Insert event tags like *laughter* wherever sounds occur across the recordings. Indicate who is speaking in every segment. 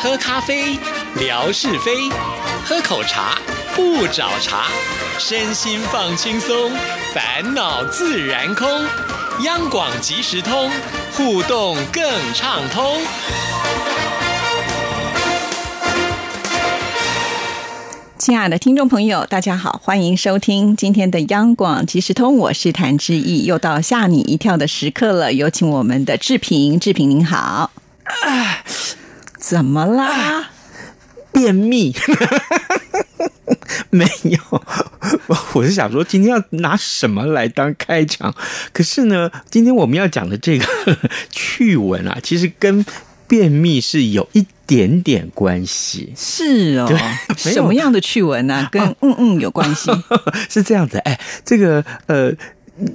Speaker 1: 喝咖啡，聊是非；喝口茶，不找茬。身心放轻松，烦恼自然空。央广即时通，互动更畅通。
Speaker 2: 亲爱的听众朋友，大家好，欢迎收听今天的央广即时通，我是谭志毅，又到吓你一跳的时刻了，有请我们的志平，志平您
Speaker 3: *laughs*
Speaker 2: 好，怎么
Speaker 3: 啊
Speaker 2: 啦？
Speaker 3: 便秘。 *laughs* 没有， *laughs* 我我是想说，今天要拿什么来当开场？可是呢，今天我们要讲的这个 *laughs* 趣闻啊，其实跟便秘是有一点点关系。
Speaker 2: 是哦， *laughs*
Speaker 3: 没有
Speaker 2: 什么样的趣闻呢、
Speaker 3: *laughs*
Speaker 2: 跟嗯嗯有关系？
Speaker 3: 是这样子，哎，这个呃。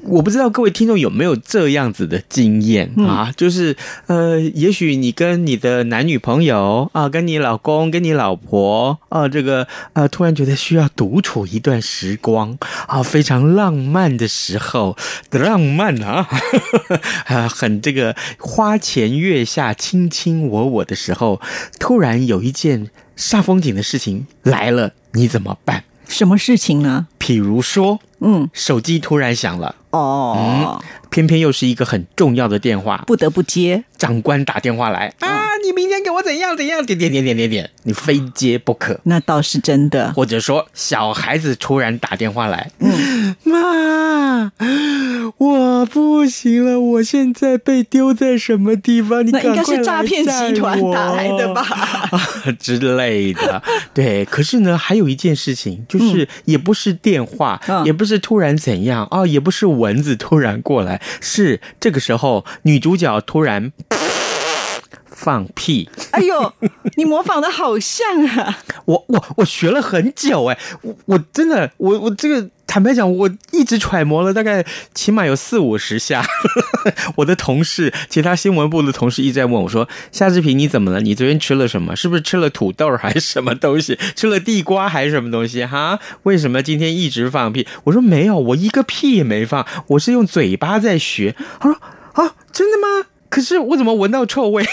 Speaker 3: 我不知道各位听众有没有这样子的经验啊，就是呃，也许你跟你的男女朋友啊，跟你老公、跟你老婆啊，这个啊，突然觉得需要独处一段时光啊，非常浪漫的时候，浪漫啊， *laughs* 啊，很这个花前月下、卿卿我我的时候，突然有一件煞风景的事情来了，你怎么办？
Speaker 2: 什么事情呢？
Speaker 3: 譬如说，
Speaker 2: 嗯，
Speaker 3: 手机突然响了，
Speaker 2: 哦，
Speaker 3: 偏偏又是一个很重要的电话，
Speaker 2: 不得不接，
Speaker 3: 长官打电话来啊，你明天给我怎样怎样，点点点点点点，你非接不可。
Speaker 2: 那倒是真的。
Speaker 3: 或者说，小孩子突然打电话来，
Speaker 2: 嗯
Speaker 3: 妈，我不行了，我现在被丢在什么地方？你
Speaker 2: 那应该
Speaker 3: 赶快
Speaker 2: 是诈
Speaker 3: 来
Speaker 2: 骗
Speaker 3: 载
Speaker 2: 集团
Speaker 3: 我
Speaker 2: 打来的吧？
Speaker 3: *laughs* 啊之类的。对，可是呢，还有一件事情，就是也不是电话，
Speaker 2: 嗯
Speaker 3: 也不是突然怎样啊、也不是蚊子突然过来，是这个时候女主角突然放屁。
Speaker 2: 哎呦，你模仿的好像
Speaker 3: *laughs*
Speaker 2: 啊！
Speaker 3: 我我我学了很久哎、我我真的我我这个坦白讲，我一直揣摩了大概起码有四五十下。 *laughs* 我的同事，其他新闻部的同事一直在问我说：“夏志平，你怎么了？你昨天吃了什么？是不是吃了土豆还是什么东西？吃了地瓜还是什么东西？哈，为什么今天一直放屁？”我说：“没有，我一个屁也没放，我是用嘴巴在学。”他说：“啊，真的吗？”可是我怎么闻到臭味？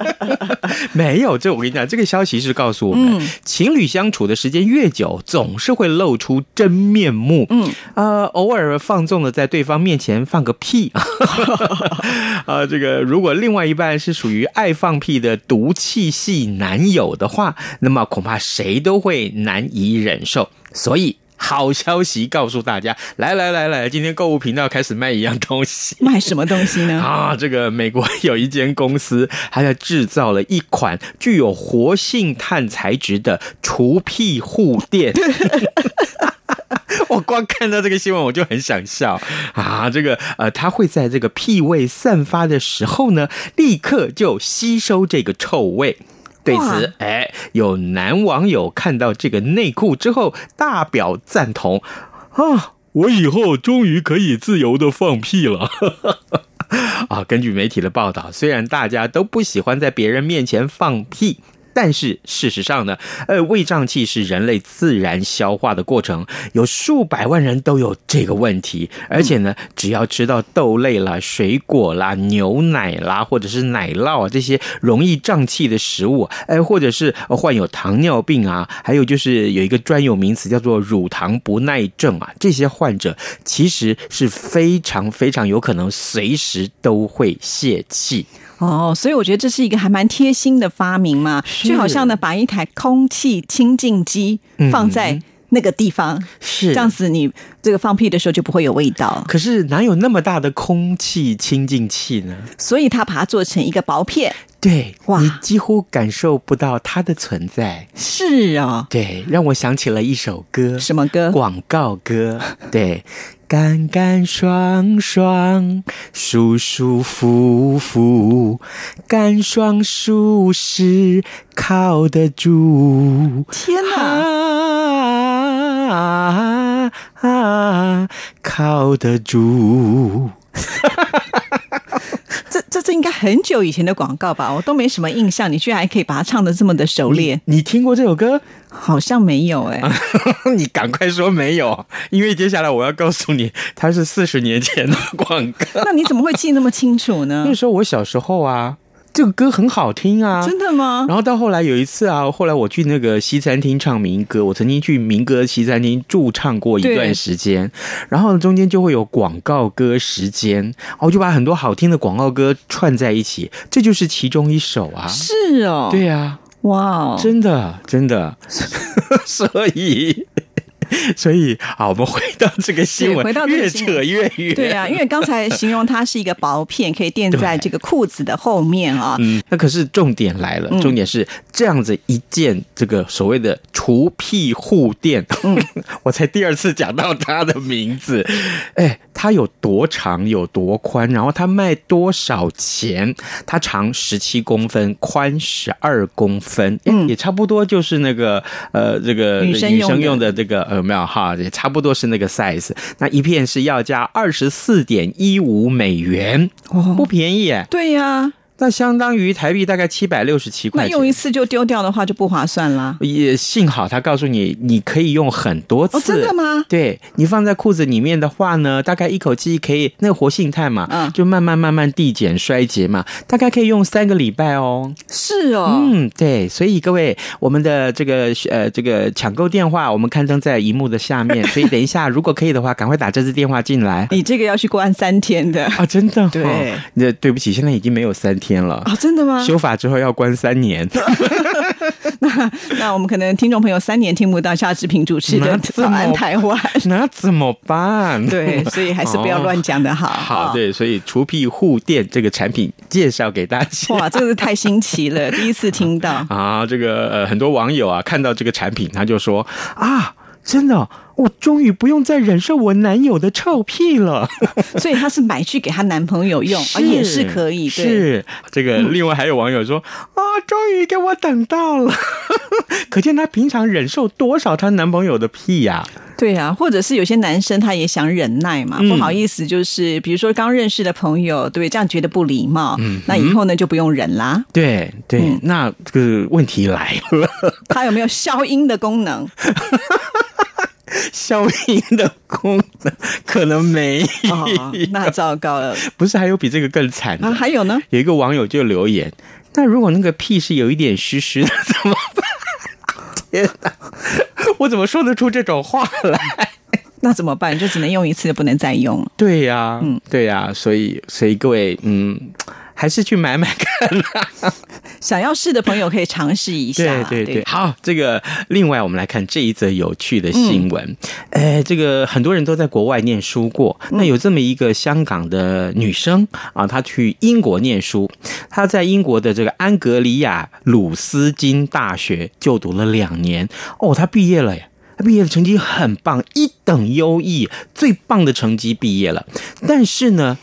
Speaker 3: *laughs* 没有，这我跟你讲，这个消息是告诉我们，情侣相处的时间越久，总是会露出真面目。嗯，呃，偶尔放纵的在对方面前放个屁， *laughs* 啊，这个如果另外一半是属于爱放屁的毒气系男友的话，那么恐怕谁都会难以忍受。所以，好消息告诉大家，来来来来，今天购物频道开始卖一样东西。
Speaker 2: 卖什么东西呢？
Speaker 3: 啊，这个美国有一间公司，它在制造了一款具有活性炭材质的除屁护垫。 *laughs* 我光看到这个新闻，我就很想笑啊！这个呃，它会在这个屁味散发的时候呢，立刻就吸收这个臭味。对此
Speaker 2: 哇，
Speaker 3: 哎，有男网友看到这个内裤之后大表赞同啊！我以后终于可以自由的放屁了。啊，根据媒体的报道，虽然大家都不喜欢在别人面前放屁。但是事实上呢，呃，胃胀气是人类自然消化的过程，有数百万人都有这个问题。而且呢，只要吃到豆类啦、水果啦、牛奶啦，或者是奶酪啊这些容易胀气的食物，哎、或者是呃患有糖尿病啊，还有就是有一个专有名词叫做乳糖不耐症啊，这些患者其实是非常非常有可能随时都会泄气。
Speaker 2: 哦，所以我觉得这是一个还蛮贴心的发明嘛，
Speaker 3: 是
Speaker 2: 就好像呢，把一台空气清净机放在那个地方，
Speaker 3: 嗯是
Speaker 2: 这样子你这个放屁的时候就不会有味道，
Speaker 3: 可是哪有那么大的空气清净器呢？
Speaker 2: 所以他把它做成一个薄片。
Speaker 3: 对，
Speaker 2: 哇
Speaker 3: 你几乎感受不到它的存在。
Speaker 2: 是哦，
Speaker 3: 对，让我想起了一首歌，
Speaker 2: 什么歌？
Speaker 3: 广告歌， *laughs* 对，干干爽爽，舒舒服服，干爽舒适，靠得住。
Speaker 2: 天哪！
Speaker 3: 啊啊！靠得住。
Speaker 2: 这这这应该很久以前的广告吧，我都没什么印象。你居然还可以把它唱的这么的熟练，
Speaker 3: 你听过这首歌？
Speaker 2: 好像没有
Speaker 3: 啊
Speaker 2: 哎、
Speaker 3: *laughs* 你赶快说没有，因为接下来我要告诉你，它是四十年前的广告。
Speaker 2: 那你怎么会记那么清楚呢
Speaker 3: *laughs* 那？时候我小时候啊，这个歌很好听啊，
Speaker 2: 真的吗？
Speaker 3: 然后到后来有一次啊，后来我去那个西餐厅唱民歌，我曾经去民歌西餐厅驻唱过一段时间，然后中间就会有广告歌时间，然后就把很多好听的广告歌串在一起，这就是其中一首啊。
Speaker 2: 是哦，
Speaker 3: 对啊，
Speaker 2: 哇哦，
Speaker 3: 真的真的， *laughs* 所以。 *laughs* 所以啊，我们回到这个新
Speaker 2: 对
Speaker 3: 闻，
Speaker 2: 回到这
Speaker 3: 越
Speaker 2: 个新闻
Speaker 3: 扯越远。
Speaker 2: 对啊，因为刚才形容它是一个薄片，可以垫在这个裤子的后面啊。
Speaker 3: 嗯，那可是重点来了，
Speaker 2: 嗯
Speaker 3: 重点是这样子一件这个所谓的除屁护垫，
Speaker 2: 嗯
Speaker 3: *laughs* 我才第二次讲到它的名字，哎，它有多长有多宽，然后它卖多少钱？它长十七公分，宽十二公分，哎
Speaker 2: 嗯
Speaker 3: 也差不多就是那个呃这个
Speaker 2: 女生用的
Speaker 3: 用的这个呃有没有哈，也差不多是那个 size。那一片是要价二十四点一五美元，不
Speaker 2: 哦，
Speaker 3: 便宜哎、
Speaker 2: 对呀、
Speaker 3: 那相当于台币大概七百六十七
Speaker 2: 那
Speaker 3: 块
Speaker 2: 用一
Speaker 3: 钱。
Speaker 2: 次就丢掉的话就不划算啦。
Speaker 3: 也幸好他告诉你，你可以用很多次。
Speaker 2: 哦，真的吗？
Speaker 3: 对你放在裤子里面的话呢，大概一口气可以那个活性炭嘛，
Speaker 2: 嗯
Speaker 3: 就慢慢慢慢递减衰竭嘛，大概可以用三个礼拜哦。
Speaker 2: 是哦，
Speaker 3: 嗯，对，所以各位，我们的这个呃这个抢购电话，我们刊登在荧幕的下
Speaker 2: *laughs*
Speaker 3: 面，所以等一下如果可以的话，赶快打这支电话进来
Speaker 2: 你这个要去关三天的
Speaker 3: 啊！真的、哦，
Speaker 2: 哎对，
Speaker 3: 那对不起，现在已经没有三天了，
Speaker 2: 哦，真的
Speaker 3: *laughs*
Speaker 2: 吗？
Speaker 3: 修法之后要关三年。
Speaker 2: 那我们可能听众朋友三年听不到夏志平主持的
Speaker 3: 那
Speaker 2: 《
Speaker 3: 这
Speaker 2: 早
Speaker 3: 么，
Speaker 2: 安台湾》
Speaker 3: *laughs* 那怎么办？
Speaker 2: 对，所以还是不要乱讲的好。
Speaker 3: *laughs* 好，
Speaker 2: 哦。
Speaker 3: 对，所以除屁护垫这个产品介绍给大家。
Speaker 2: 哇，真的是太新奇了，第一次听到。
Speaker 3: *laughs* 啊，这个呃，很多网友啊看到这个产品，他就说啊，真的哦，我终于不用再忍受我男友的臭屁了。
Speaker 2: 所以她是买去给她男朋友
Speaker 3: *laughs*
Speaker 2: 用，啊，也是可以，对嗯
Speaker 3: 是这个，另外还有网友说、啊，终于给我等到了， *laughs* 可见她平常忍受多少她男朋友的屁呀、
Speaker 2: 对啊，或者是有些男生他也想忍耐嘛，
Speaker 3: 嗯
Speaker 2: 不好意思，就是比如说刚认识的朋友，对，这样觉得不礼貌，
Speaker 3: 嗯
Speaker 2: 那以后呢就不用忍啦。
Speaker 3: 对对，
Speaker 2: 嗯
Speaker 3: 那这个问题来了，
Speaker 2: 它有没有消音的功
Speaker 3: *laughs*
Speaker 2: 能？
Speaker 3: 消音的功能可能没
Speaker 2: 哦，那糟糕了。
Speaker 3: 不是还有比这个更惨的？
Speaker 2: 啊，还有呢？
Speaker 3: 有一个网友就留言：“那如果那个屁是有一点湿湿的，怎么办？” *laughs* 天哪，我怎么说得出这种话
Speaker 2: 嗯
Speaker 3: 来？
Speaker 2: 那怎么办？就只能用一次，不能再用了。
Speaker 3: 对呀、
Speaker 2: 嗯
Speaker 3: 对呀、所以所以各位，嗯，还是去买买看。
Speaker 2: 想要试的朋友可以尝试一下啦。
Speaker 3: 对对对，好，这个另外我们来看这一则有趣的新闻。
Speaker 2: 嗯
Speaker 3: 哎、这个很多人都在国外念书过，那有这么一个香港的女生啊，她去英国念书，她在英国的这个安格里亚鲁斯金大学就读了两年，哦，她毕业了耶。她毕业的成绩很棒，一等优异，最棒的成绩毕业了。但是呢，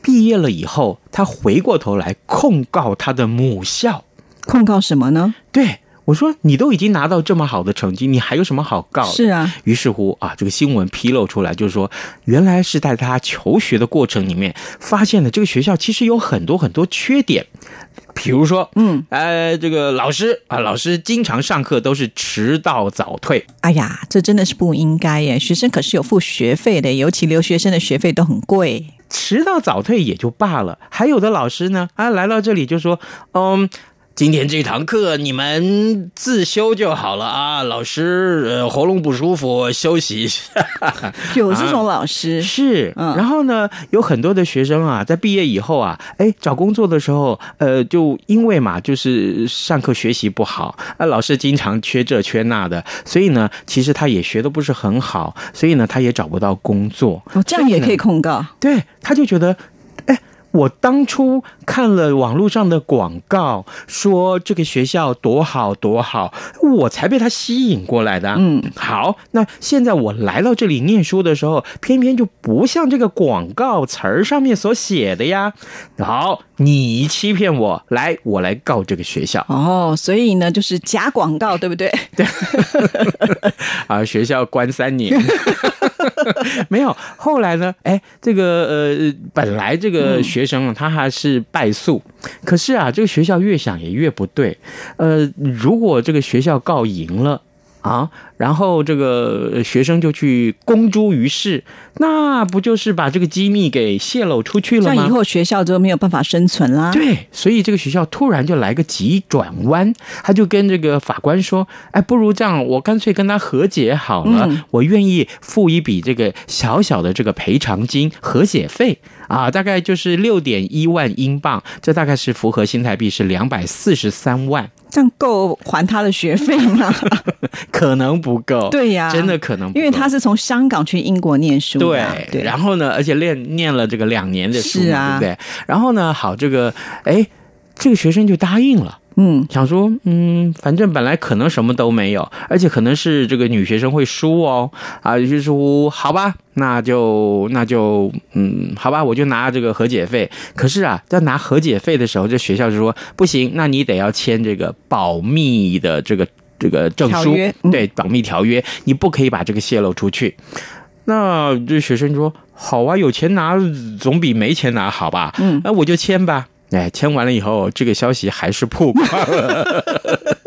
Speaker 3: 毕业了以后，她回过头来控告她的母校，
Speaker 2: 控告什么呢？
Speaker 3: 对，我说你都已经拿到这么好的成绩，你还有什么好告的？
Speaker 2: 是啊，
Speaker 3: 于是乎啊，这个新闻披露出来，就是说，原来是在他求学的过程里面，发现了这个学校其实有很多很多缺点，比如说，
Speaker 2: 嗯，
Speaker 3: 呃，这个老师啊，老师经常上课都是迟到早退，
Speaker 2: 哎呀，这真的是不应该耶！学生可是有付学费的，尤其留学生的学费都很贵。
Speaker 3: 迟到早退也就罢了，还有的老师呢，啊，来到这里就说，嗯。今天这堂课你们自修就好了啊，老师，呃，喉咙不舒服，休息一下。
Speaker 2: 有这种
Speaker 3: 啊
Speaker 2: 老师，
Speaker 3: 是，
Speaker 2: 嗯
Speaker 3: 然后呢，有很多的学生啊，在毕业以后啊，哎，找工作的时候，呃，就因为嘛，就是上课学习不好，啊，老师经常缺这缺那的，所以呢，其实他也学的不是很好，所以呢，他也找不到工作。
Speaker 2: 哦，这样也可以控告。
Speaker 3: 对，他就觉得，哎，我当初看了网络上的广告，说这个学校多好多好，我才被他吸引过来的。
Speaker 2: 嗯，
Speaker 3: 好，那现在我来到这里念书的时候，偏偏就不像这个广告词儿上面所写的呀。好，你欺骗我，来，我来告这个学校。
Speaker 2: 哦，所以呢，就是假广告，对不
Speaker 3: *laughs*
Speaker 2: 对？
Speaker 3: 啊，学校关三年。 *laughs* 没有，后来呢？哎，这个呃，本来这个学生啊，他还是败诉，可是啊，这个学校越想也越不对。呃，如果这个学校告赢了。啊，然后这个呃学生就去公诸于世，那不就是把这个机密给泄露出去
Speaker 2: 这
Speaker 3: 了
Speaker 2: 样以
Speaker 3: 吗？
Speaker 2: 后学校就没有办法生存啦。
Speaker 3: 对，所以这个学校突然就来个急转弯，他就跟这个法官说：“哎，不如这样，我干脆跟他和解好了，
Speaker 2: 嗯
Speaker 3: 我愿意付一笔这个小小的这个赔偿金、和解费啊，大概就是六点一万英镑，这大概是符合新台币是两百四十三万，
Speaker 2: 这样够还他的学费
Speaker 3: *laughs*
Speaker 2: 吗？
Speaker 3: 可能不够，
Speaker 2: 对呀、
Speaker 3: 真的，可能不够，
Speaker 2: 因为他是从香港去英国念书的啊、
Speaker 3: 对，然后呢，而且练念了这个两年的书嘛，
Speaker 2: 是啊
Speaker 3: 对不对？然后呢，好，这个哎，这个学生就答应了。
Speaker 2: 嗯，
Speaker 3: 想说，嗯，反正本来可能什么都没有，而且可能是这个女学生会输哦，啊，于是乎，好吧，那就那就，嗯，好吧，我就拿这个和解费。可是啊，在拿和解费的时候，这学校就说不行，那你得要签这个保密的这个这个证
Speaker 2: 条
Speaker 3: 书
Speaker 2: 约，嗯
Speaker 3: 对，保密条约，你不可以把这个泄露出去。那这学生说：“好啊，有钱拿总比没钱拿好吧？
Speaker 2: 嗯
Speaker 3: 那我就签吧。”哎，签完了以后，这个消息还是曝光了。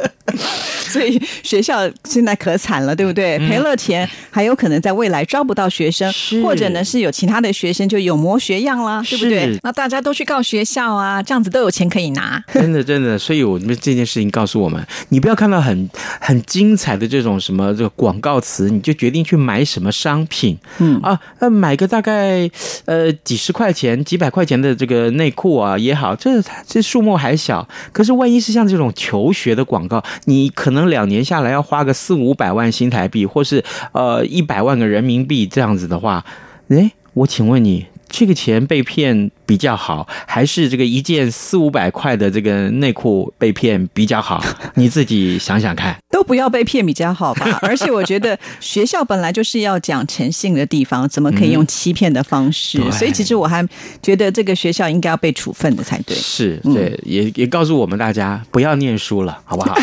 Speaker 2: 所以学校现在可惨了，对不对？赔了钱，还有可能在未来招不到学生
Speaker 3: 嗯是，
Speaker 2: 或者呢是有其他的学生就有模学样啦，对不对
Speaker 3: 是？
Speaker 2: 那大家都去告学校啊，这样子都有钱可以拿。
Speaker 3: 真的，真的，所以我们这件事情告诉我们，你不要看到很很精彩的这种什么这个广告词，你就决定去买什么商品。
Speaker 2: 嗯
Speaker 3: 啊，那买个大概呃几十块钱、几百块钱的这个内裤啊也好，这这数目还小，可是万一是像这种求学的广告，你可能两年下来要花个四五百万新台币，或是呃一百万个人民币这样子的话，诶，哎我请问你，这个钱被骗比较好，还是这个一件四五百块的这个内裤被骗比较好？ *laughs* 你自己想想看。
Speaker 2: 都不要被骗比较好
Speaker 3: *laughs*
Speaker 2: 吧，而且我觉得学校本来就是要讲诚信的地方，怎么可以用欺骗的方式？
Speaker 3: 嗯对。
Speaker 2: 所以其实我还觉得这个学校应该要被处分的才 *laughs* 对
Speaker 3: *laughs*
Speaker 2: 嗯
Speaker 3: 是，对，也也告诉我们大家不要念书了， *laughs* 好
Speaker 2: *laughs*
Speaker 3: 不好？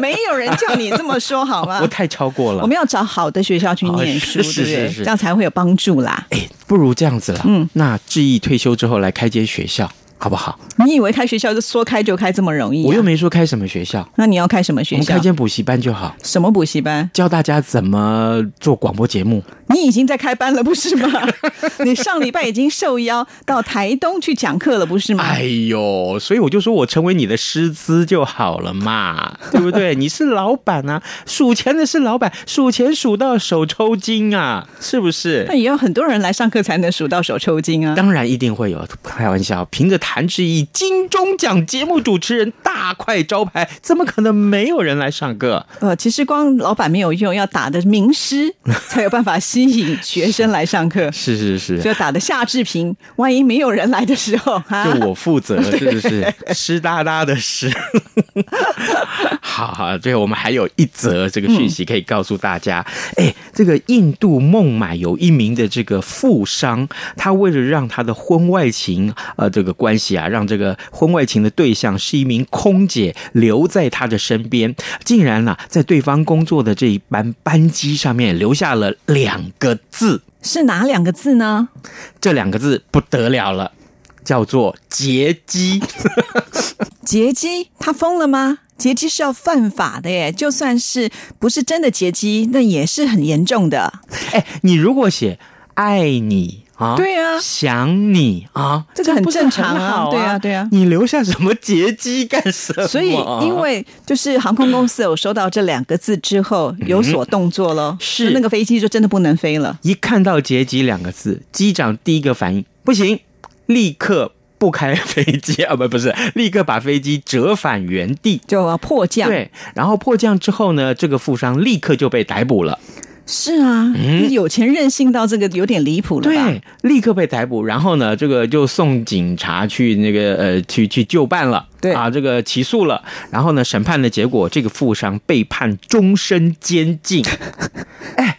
Speaker 2: 没有人叫你这么说好吗
Speaker 3: 我？太超过了。
Speaker 2: 我们要找好的学校去念书，对
Speaker 3: 哦是
Speaker 2: 不
Speaker 3: 是
Speaker 2: 对？
Speaker 3: 是是
Speaker 2: 这
Speaker 3: 哎
Speaker 2: 样才会有帮助啦。
Speaker 3: 不如这样子了，
Speaker 2: 嗯，
Speaker 3: 那志毅退休之后来开间学校，好不好？
Speaker 2: 你以为开学校就说开就开这么容易、啊？
Speaker 3: 我又没说开什么学校，
Speaker 2: 那你要开什么
Speaker 3: 我
Speaker 2: 学
Speaker 3: 们
Speaker 2: 校
Speaker 3: 开？间补习班就好，
Speaker 2: 什么补习班？
Speaker 3: 教大家怎么做广播节目。
Speaker 2: 你已经在开班了，不是
Speaker 3: *laughs*
Speaker 2: 吗？你上礼拜已经受邀到台东去讲课了，不是吗？
Speaker 3: 哎呦，所以我就说我成为你的师资就好了 *laughs* 嘛，对不对？你是老板啊，数钱的是老板，数钱数到手抽筋啊，是不
Speaker 2: 那
Speaker 3: 是？
Speaker 2: 也要很多人来上课才能数到手抽筋啊！
Speaker 3: 当然一定会有，开玩笑，凭着谭志毅金钟奖节目主持人大块招牌，怎么可能没有人来上课？
Speaker 2: 呃，其实光老板没有用，要打的名师才有办法吸引学生来上课。
Speaker 3: *laughs* 是是是，
Speaker 2: 就打的夏志平，万一没有人来的时候，啊哈、
Speaker 3: *laughs* 就我负责，是不是？湿哒哒的湿。好好，最后我们还有一则这个讯息可以告诉大家，哎、这个印度孟买有一名的这个富商，他为了让他的婚外情呃这个关系啊，让这个婚外情的对象是一名空姐留在他的身边，竟然呢、在对方工作的这一班班机上面留下了两个字，
Speaker 2: 是哪两个字呢？
Speaker 3: 这两个字不得了了，叫做劫机。
Speaker 2: 劫机，他疯了吗？劫机是要犯法的耶，就算是不是真的劫机，那也是很严重的。
Speaker 3: 哎，你如果写爱你啊，
Speaker 2: 对啊
Speaker 3: 想你啊，
Speaker 2: 这个很
Speaker 3: 不是
Speaker 2: 正常啊
Speaker 3: 好啊，
Speaker 2: 对啊对啊
Speaker 3: 你留下什么劫机干什么？
Speaker 2: 所以，因为就是航空公司有收到这两个字之后，有所动作咯，
Speaker 3: 是
Speaker 2: 就那个飞机就真的不能飞了。
Speaker 3: 一看到“劫机”两个字，机长第一个反应不行，立刻不开飞机 *laughs* 啊，不不是，立刻把飞机折返原地。
Speaker 2: 就要迫降，
Speaker 3: 对，然后迫降之后呢，这个富商立刻就被逮捕了。
Speaker 2: 是啊，
Speaker 3: 嗯
Speaker 2: 有钱任性到这个有点离谱了吧？
Speaker 3: 对，立刻被逮捕，然后呢，这个就送警察去那个呃，去去就办了，
Speaker 2: 对
Speaker 3: 啊，这个起诉了，然后呢，审判的结果，这个富商被判终身监
Speaker 2: *laughs*
Speaker 3: 禁。哎，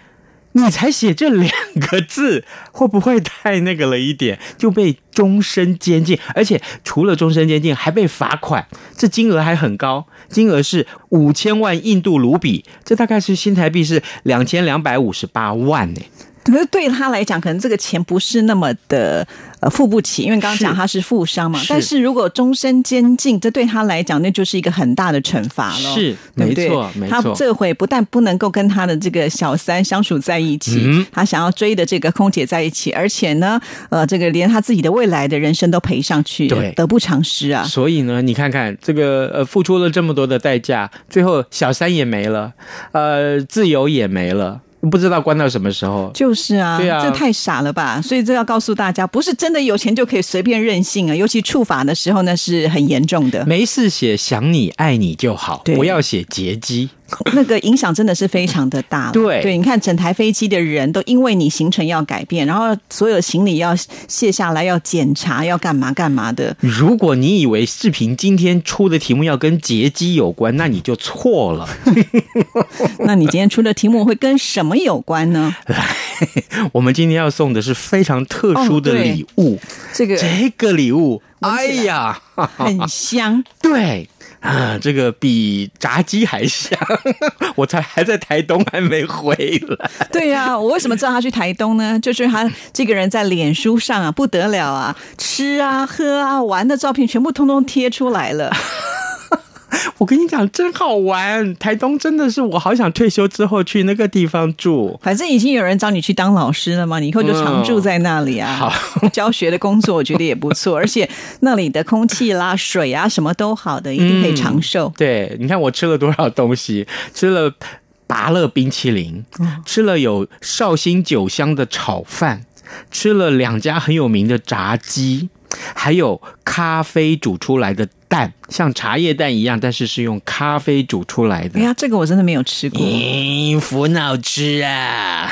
Speaker 3: 你才写这两个字，会不会太那个了一点？就被终身监禁，而且除了终身监禁，还被罚款，这金额还很高，金额是五千万印度卢比，这大概是新台币是两千两百五十八万呢、
Speaker 2: 可是对他来讲，可能这个钱不是那么的呃付不起，因为刚刚
Speaker 3: 是
Speaker 2: 讲他是富商嘛。
Speaker 3: 是
Speaker 2: 但是如果终身监禁，这对他来讲那就是一个很大的惩罚了。
Speaker 3: 是
Speaker 2: 对不对
Speaker 3: 没错没错
Speaker 2: 他这回不但不能够跟他的这个小三相处在一起，
Speaker 3: 嗯
Speaker 2: 他想要追的这个空姐在一起，而且呢，呃，这个连他自己的未来的人生都赔上去，
Speaker 3: 对
Speaker 2: 得不偿失啊。
Speaker 3: 所以呢，你看看这个呃，付出了这么多的代价，最后小三也没了，呃，自由也没了，不知道关到什么时候。
Speaker 2: 就是啊，
Speaker 3: 对啊
Speaker 2: 这太傻了吧！所以这要告诉大家，不是真的有钱就可以随便任性啊，尤其处罚的时候那是很严重的。
Speaker 3: 没事写想你爱你就好，
Speaker 2: 对
Speaker 3: 不要写劫机。
Speaker 2: 那个影响真的是非常的大了。
Speaker 3: 对
Speaker 2: 对，你看整台飞机的人都因为你行程要改变，然后所有行李要卸下来，要检查，要干嘛干嘛的。
Speaker 3: 如果你以为视频今天出的题目要跟劫机有关，那你就错
Speaker 2: *laughs*
Speaker 3: 了。
Speaker 2: 那你今天出的题目会跟什么有关呢？
Speaker 3: 我们今天要送的是非常特殊的
Speaker 2: 哦对
Speaker 3: 礼物，
Speaker 2: 这
Speaker 3: *laughs*
Speaker 2: 个
Speaker 3: 这个礼物，
Speaker 2: 闻
Speaker 3: 哎
Speaker 2: 起来 *laughs*
Speaker 3: 呀，
Speaker 2: 很香，
Speaker 3: 对啊，这个比炸鸡还香， *laughs* 我才还在台东还没回来。
Speaker 2: 对呀、我为什么知道他去台东呢？ *laughs* 就是他这个人在脸书上啊，不得了啊，吃啊、喝啊、玩的照片全部通通贴出来了。 *laughs*
Speaker 3: 我跟你讲，真好玩，台东真的是我好想退休之后去那个地方住。
Speaker 2: 反正已经有人找你去当老师了嘛，你以后就常住在那里 *laughs* 啊。教学的工作我觉得也不 *laughs* 错，而且那里的空气啦、水啊什么都好的，一定可以长寿。
Speaker 3: 对，你看我吃了多少东西，吃了芭乐冰淇淋，吃了有绍兴酒香的炒饭，吃了两家很有名的炸鸡，还有咖啡煮出来的蛋，像茶叶蛋一样，但是是用咖啡煮出来的
Speaker 2: 哎。呀，这个我真的没有吃过，嗯
Speaker 3: 咦，腐脑汁啊，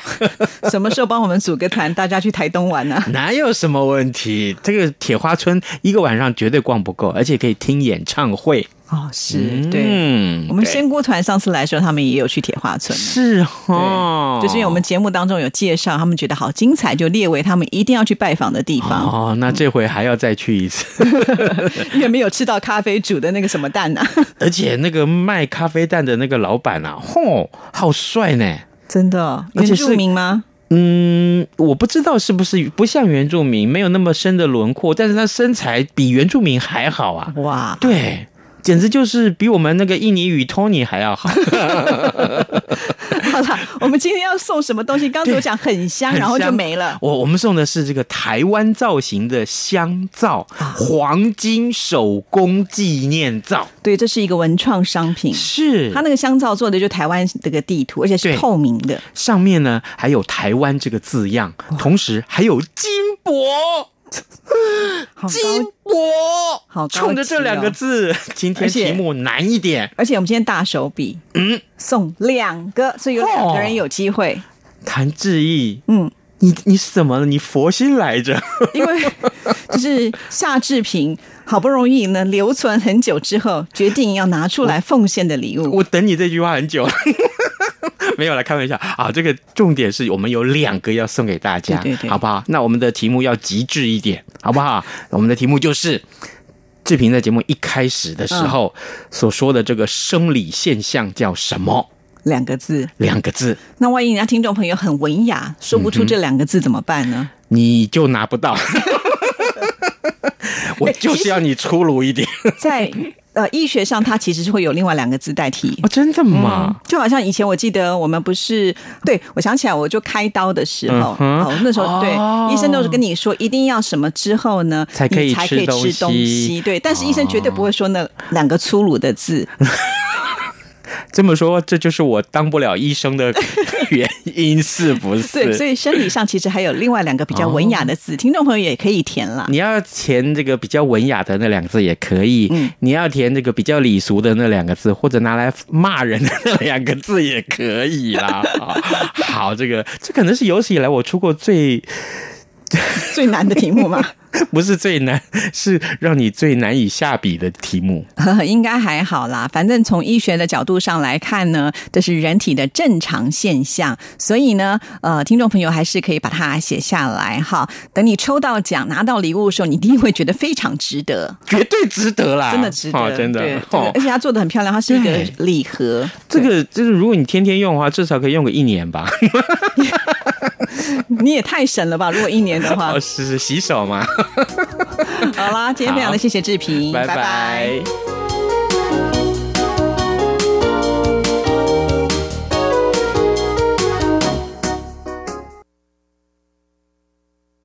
Speaker 2: 什么时候帮我们组个团，大家去台东玩啊？
Speaker 3: *laughs* 哪有什么问题？这个铁花村一个晚上绝对逛不够，而且可以听演唱会。
Speaker 2: *laughs* 哦，是对。
Speaker 3: 嗯
Speaker 2: 我们
Speaker 3: 对
Speaker 2: 仙姑团上次来的时候，他们也有去铁花村。
Speaker 3: 是哦
Speaker 2: 对，，就是因为我们节目当中有介绍，他们觉得好精彩，就列为他们一定要去拜访的地方，
Speaker 3: 哦，那这回还要再去
Speaker 2: *laughs*
Speaker 3: 一次，
Speaker 2: 因为没有吃到咖啡煮的那个什么蛋
Speaker 3: *laughs*
Speaker 2: 啊，
Speaker 3: 而且那个卖咖啡蛋的那个老板啊，吼，好帅呢。
Speaker 2: 真的哦
Speaker 3: 而
Speaker 2: 原
Speaker 3: 且是
Speaker 2: 住民吗？
Speaker 3: 嗯，我不知道是不是不像原住民，没有那么深的轮廓，但是他身材比原住民还好啊。 *laughs*
Speaker 2: 哇，
Speaker 3: 对，简直就是比我们那个印尼语 Tony 还要好。
Speaker 2: 好啦，我们今天要送什么东西？刚才我讲很香，
Speaker 3: 很香
Speaker 2: 然后就没了。
Speaker 3: 我我们送的是这个台湾造型的香皂，
Speaker 2: 啊
Speaker 3: 黄金手工纪念皂，
Speaker 2: 对，这是一个文创商品。
Speaker 3: 是
Speaker 2: 它那个香皂做的就台湾这个地图，而且是
Speaker 3: 对
Speaker 2: 透明的，
Speaker 3: 上面呢还有台湾这个字样，同时还有金箔，
Speaker 2: 好
Speaker 3: 金
Speaker 2: 哦高。啊
Speaker 3: 箔，
Speaker 2: 好高级哦
Speaker 3: 冲着这两个字，今
Speaker 2: 啊而
Speaker 3: 天
Speaker 2: 且
Speaker 3: 题目难一点。
Speaker 2: 而且我们今天大手笔，嗯，送两个，所以有两个人
Speaker 3: 哦
Speaker 2: 有机会。
Speaker 3: 谭志毅，
Speaker 2: 嗯，
Speaker 3: 你你是怎么了？你佛心来着？
Speaker 2: *laughs* 因为就是夏志平好不容易呢留存很久之后，决定要拿出来奉献的礼
Speaker 3: *laughs*
Speaker 2: 物。
Speaker 3: 我等你这句话很久了。 *laughs* 没有了，开玩笑啊！这个重点是我们有两个要送给大家，
Speaker 2: 对对对
Speaker 3: 好不好？那我们的题目要极致一点，好不好？我们的题目就是志平在节目一开始的时候所说的这个生理现象叫什么？
Speaker 2: 两个字，
Speaker 3: 两个字，
Speaker 2: 那万一人家听众朋友很文雅，说不出这两个字怎么办
Speaker 3: *laughs*
Speaker 2: 呢？
Speaker 3: 你就拿不到。 *laughs* 我就是要你粗鲁一点
Speaker 2: 在呃医学上，它其实是会有另外两个字代替。
Speaker 3: 哦，真的吗？
Speaker 2: 就好像以前我记得我们不是，对我想起来，我就开刀的时候，
Speaker 3: 嗯哼
Speaker 2: 哦，那时候对、
Speaker 3: 哦
Speaker 2: 医生都是跟你说，一定要什么之后呢，
Speaker 3: 才可以
Speaker 2: 你才可以
Speaker 3: 吃东西哦
Speaker 2: 吃东西。对，但是医生绝对不会说那两个粗鲁的字。
Speaker 3: 这么说，这就是我当不了医生的原因，是不是？
Speaker 2: *laughs* 对，所以生理上其实还有另外两个比较文雅的字，听众朋友也可以填啦。
Speaker 3: 你要填这个比较文雅的那两个字也可以，
Speaker 2: 嗯
Speaker 3: 你要填这个比较礼俗的那两个字，或者拿来骂人的那两个字也可以啦。 *laughs* 好好，这个这可能是有史以来我出过最
Speaker 2: 最难的题目
Speaker 3: *laughs*
Speaker 2: 嘛， *laughs*
Speaker 3: 不是最难，是让你最难以下笔的题目。
Speaker 2: 应该还好啦。反正从医学的角度上来看呢，这是人体的正常现象，所以呢，呃，听众朋友还是可以把它写下来哈。等你抽到奖、拿到礼物的时候，你一定会觉得非常值得，
Speaker 3: 绝对值得啦，
Speaker 2: 真的值得，
Speaker 3: 哦、真的
Speaker 2: 对，这个
Speaker 3: 哦
Speaker 2: 而。且它做的很漂亮，它是一个
Speaker 3: 对
Speaker 2: 礼盒，
Speaker 3: 这个就是，如果你天天用的话，至少可以用个一年吧。
Speaker 2: 你也太神了吧！如果一年
Speaker 3: *laughs*
Speaker 2: 的话
Speaker 3: 哦，，是是洗手嘛，
Speaker 2: 好啦，今天非常的谢谢志平，
Speaker 3: 拜
Speaker 2: 嗯拜
Speaker 3: 拜